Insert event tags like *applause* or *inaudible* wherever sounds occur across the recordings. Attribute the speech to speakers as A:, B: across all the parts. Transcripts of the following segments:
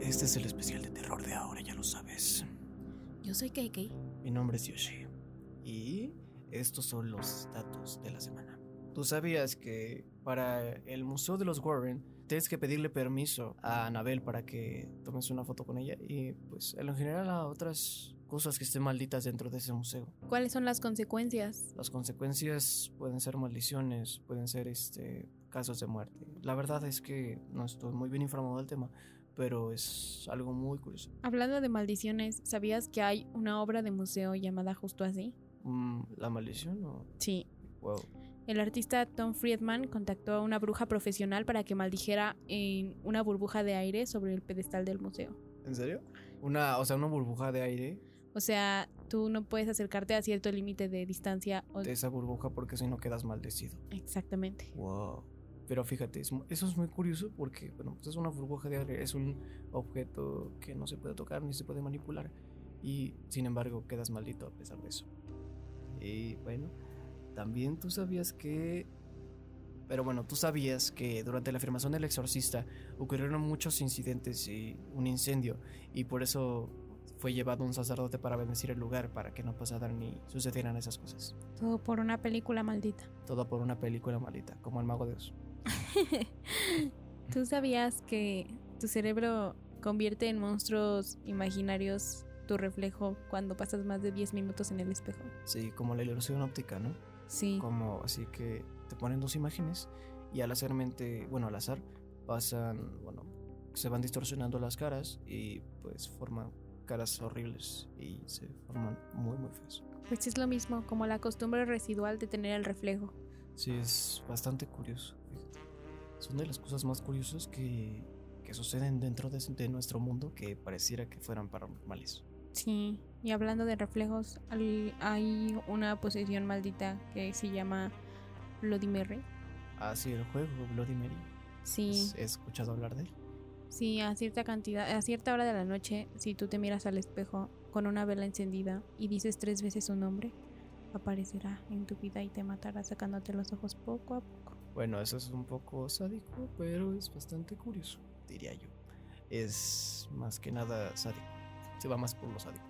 A: Este es el especial de terror de ahora, ya lo sabes.
B: Yo soy Keikei.
A: Mi nombre es Yoshi. Y estos son los datos de la semana. ¿Tú sabías que para el Museo de los Warren tienes que pedirle permiso a Anabel para que tomes una foto con ella? Y pues en general a otras cosas que estén malditas dentro de ese museo.
B: ¿Cuáles son las consecuencias?
A: Las consecuencias pueden ser maldiciones, pueden ser este casos de muerte. La verdad es que no estoy muy bien informado del tema, pero es algo muy curioso.
B: Hablando de maldiciones, ¿sabías que hay una obra de museo llamada justo así?
A: Mm, ¿La maldición o...?
B: Sí.
A: Wow.
B: El artista Tom Friedman contactó a una bruja profesional para que maldijera en una burbuja de aire sobre el pedestal del museo.
A: ¿En serio? Una, o sea, una burbuja de aire
B: O sea, tú no puedes acercarte a cierto límite de distancia. o-
A: de esa burbuja porque si no quedas maldecido.
B: Exactamente.
A: Wow. Pero fíjate, es mu- eso es muy curioso porque, bueno, pues es una burbuja de aire, es un objeto que no se puede tocar ni se puede manipular. Y sin embargo, quedas maldito a pesar de eso. Y bueno, también tú sabías que. Pero bueno, tú sabías que durante la filmación del Exorcista ocurrieron muchos incidentes y un incendio, y por eso fue llevado un sacerdote para bendecir el lugar para que no pasaran ni sucedieran esas cosas.
B: Todo por una película maldita.
A: Todo por una película maldita, como El Mago de Oz.
B: *laughs* ¿Tú sabías que tu cerebro convierte en monstruos imaginarios tu reflejo cuando pasas más de 10 minutos en el espejo?
A: Sí, como la ilusión óptica, ¿no?
B: Sí.
A: Como así que te ponen dos imágenes y al hacer mente, bueno, al azar, pasan, bueno, se van distorsionando las caras y pues forman caras horribles y se forman muy, muy feas.
B: Pues es lo mismo, como la costumbre residual de tener el reflejo.
A: Sí, es bastante curioso. fíjate. Es una de las cosas más curiosas que, que suceden dentro de, de nuestro mundo que pareciera que fueran paranormales.
B: Sí, y hablando de reflejos, al- hay una posesión maldita que se llama Bloody Mary.
A: Ah, sí, el juego Bloody Mary.
B: Sí,
A: ¿Has- ¿Has escuchado hablar de él?
B: sí, a cierta cantidad, a cierta hora de la noche, si tú te miras al espejo con una vela encendida y dices tres veces su nombre, aparecerá en tu vida y te matará sacándote los ojos poco a poco.
A: Bueno, eso es un poco sádico, pero es bastante curioso, diría yo. Es más que nada sádico. Se va más por lo sádico.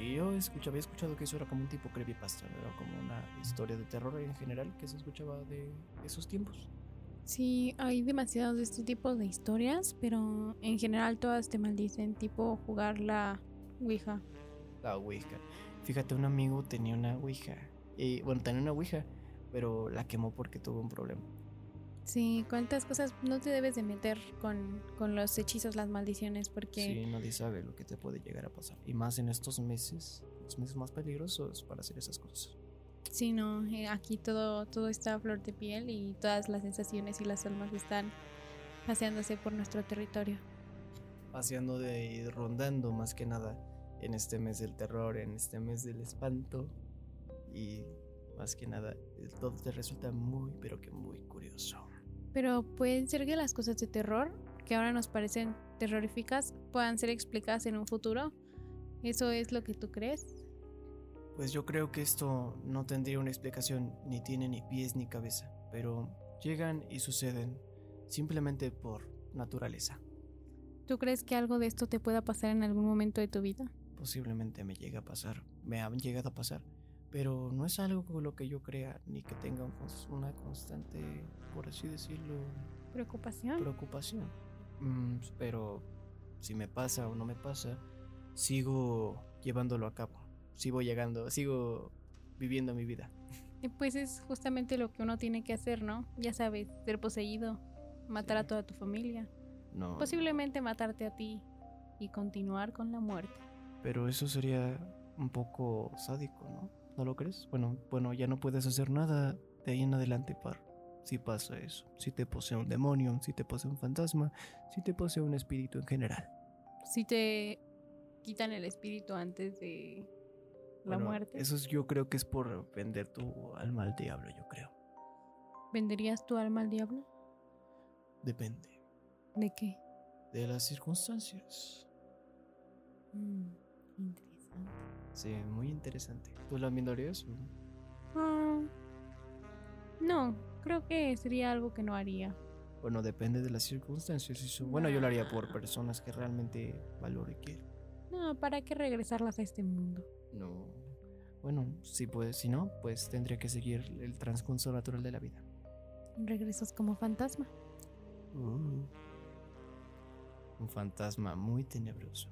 A: Y yo escucha- había escuchado que eso era como un tipo creepypasta, ¿no? era como una historia de terror en general que se escuchaba de esos tiempos.
B: Sí, hay demasiados de este tipo de historias, pero en general todas te maldicen, tipo jugar la Ouija.
A: La Ouija. Fíjate, un amigo tenía una Ouija. Y bueno, tenía una Ouija, pero la quemó porque tuvo un problema.
B: Sí, cuántas cosas no te debes de meter con, con los hechizos, las maldiciones, porque
A: Sí, nadie sabe lo que te puede llegar a pasar. Y más en estos meses, los meses más peligrosos para hacer esas cosas.
B: si no, eh, aquí todo, todo está a flor de piel y todas las sensaciones y las almas están paseándose por nuestro territorio.
A: paseando de y rondando más que nada en este mes del terror, en este mes del espanto y más que nada eh, todo te resulta muy pero que muy curioso.
B: Pero pueden ser que las cosas de terror, que ahora nos parecen terroríficas, puedan ser explicadas en un futuro. ¿Eso es lo que tú crees?
A: Pues yo creo que esto no tendría una explicación ni tiene ni pies ni cabeza, pero llegan y suceden simplemente por naturaleza.
B: ¿Tú crees que algo de esto te pueda pasar en algún momento de tu vida?
A: Posiblemente me llega a pasar, me han llegado a pasar, pero no es algo con lo que yo crea ni que tenga un cons- una constante, por así decirlo,
B: ¿Preocupación?
A: preocupación. Mm, pero si me pasa o no me pasa, sigo llevándolo a cabo. Sigo llegando, sigo viviendo mi vida.
B: Y Pues es justamente lo que uno tiene que hacer, ¿no? Ya sabes, ser poseído, matar
A: Sí.
B: a toda tu familia,
A: No.
B: posiblemente matarte a ti y continuar con la muerte.
A: Pero eso sería un poco sádico, ¿no? ¿No lo crees? Bueno, bueno, ya no puedes hacer nada de ahí en adelante, par. Si pasa eso, si te posee un demonio, si te posee un fantasma, si te posee un espíritu en general.
B: Si te quitan el espíritu antes de la
A: Bueno,
B: muerte,
A: Eso es- yo creo que es por vender tu alma al diablo, yo creo.
B: ¿venderías tu alma al diablo?
A: Depende.
B: ¿De qué?
A: de las circunstancias.
B: Mm, interesante.
A: Sí, muy interesante. Pues, ¿Tú la minorías?
B: Ah, no, creo que sería algo que no haría.
A: Bueno, depende de las circunstancias. si son- Bueno, yo lo haría por personas que realmente valore y quiero.
B: No, ¿para qué regresarlas a este mundo?
A: No. Bueno, si, pues, si no, pues tendría que seguir el transcurso natural de la vida.
B: Regresas como fantasma.
A: Mm. Un fantasma muy tenebroso.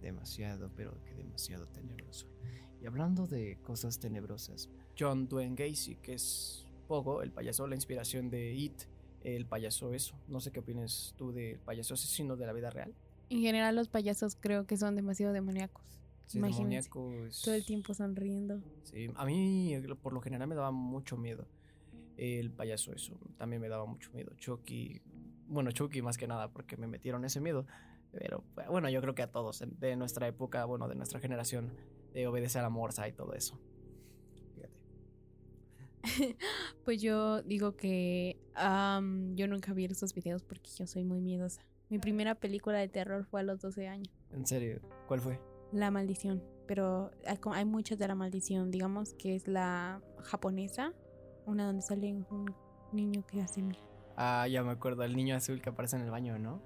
A: Demasiado, pero que demasiado tenebroso. Y hablando de cosas tenebrosas, John Dwayne Gacy, que es Pogo, el payaso, la inspiración de It, el payaso eso. No sé qué opinas tú del payaso asesino de la vida real.
B: En general los payasos creo que son demasiado demoníacos.
A: Sí, es
B: Imagínense,
A: demoníaco, es-
B: Todo el tiempo sonriendo.
A: Sí, a mí eh, por lo general me daba mucho miedo el payaso eso, también me daba mucho miedo Chucky, bueno Chucky más que nada porque me metieron ese miedo, pero bueno yo creo que a todos en- de nuestra época, bueno de nuestra generación de obedecer a Morsa y todo eso. Fíjate.
B: Pues yo digo que am, yo nunca vi esos videos porque yo soy muy miedosa. Mi primera película de terror fue a los 12 años.
A: En serio, ¿cuál fue?
B: La maldición. Pero hay, co- hay muchas de la maldición, digamos que es la japonesa, una donde sale un niño que hace miedo.
A: Ah, ya me acuerdo, el niño azul que aparece en el baño, ¿no?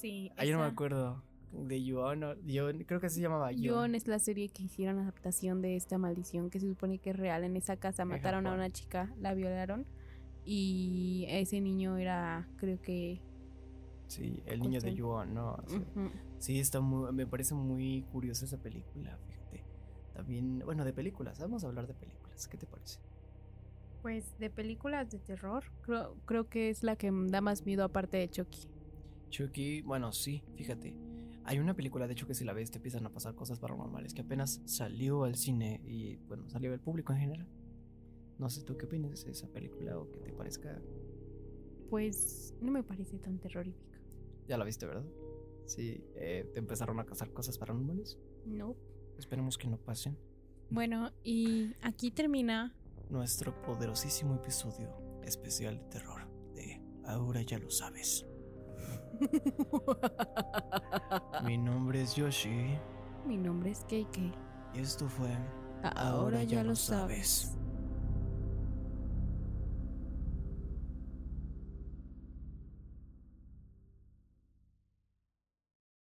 B: Sí.
A: Ah, yo no me acuerdo. Ah, De Yuon, o- Yuon, creo que se llamaba
B: Yon
A: Yuon.
B: es la serie que hicieron adaptación de esta maldición que se supone que es real. En esa casa
A: En
B: mataron a
A: Japón.
B: una chica, la violaron y ese niño era, creo que...
A: Sí, el niño de
B: Cuestión.
A: Yuon, ¿no? Sí.
B: ujú.
A: Sí, está muy, me parece muy curiosa esa película, fíjate. También, bueno, de películas, vamos a hablar de películas, ¿qué te parece?
B: Pues de películas de terror, creo, creo que es la que da más miedo aparte de Chucky.
A: Chucky, bueno, sí, fíjate. Hay una película, de hecho, que si la ves te empiezan a pasar cosas paranormales, que apenas salió al cine y, bueno, salió al público en general. No sé, ¿tú qué opinas de esa película o que te parezca?
B: Pues no me parece tan terrorífica.
A: Ya la viste, ¿verdad? Sí, eh, te empezaron a pasar cosas paranormales.
B: No.
A: Esperemos que no pasen.
B: Bueno, y aquí termina.
A: Nuestro poderosísimo episodio especial de terror de Ahora ya lo sabes. Mi nombre es Yoshi
B: Mi nombre es KK.
A: y esto fue
B: Ahora ya lo sabes.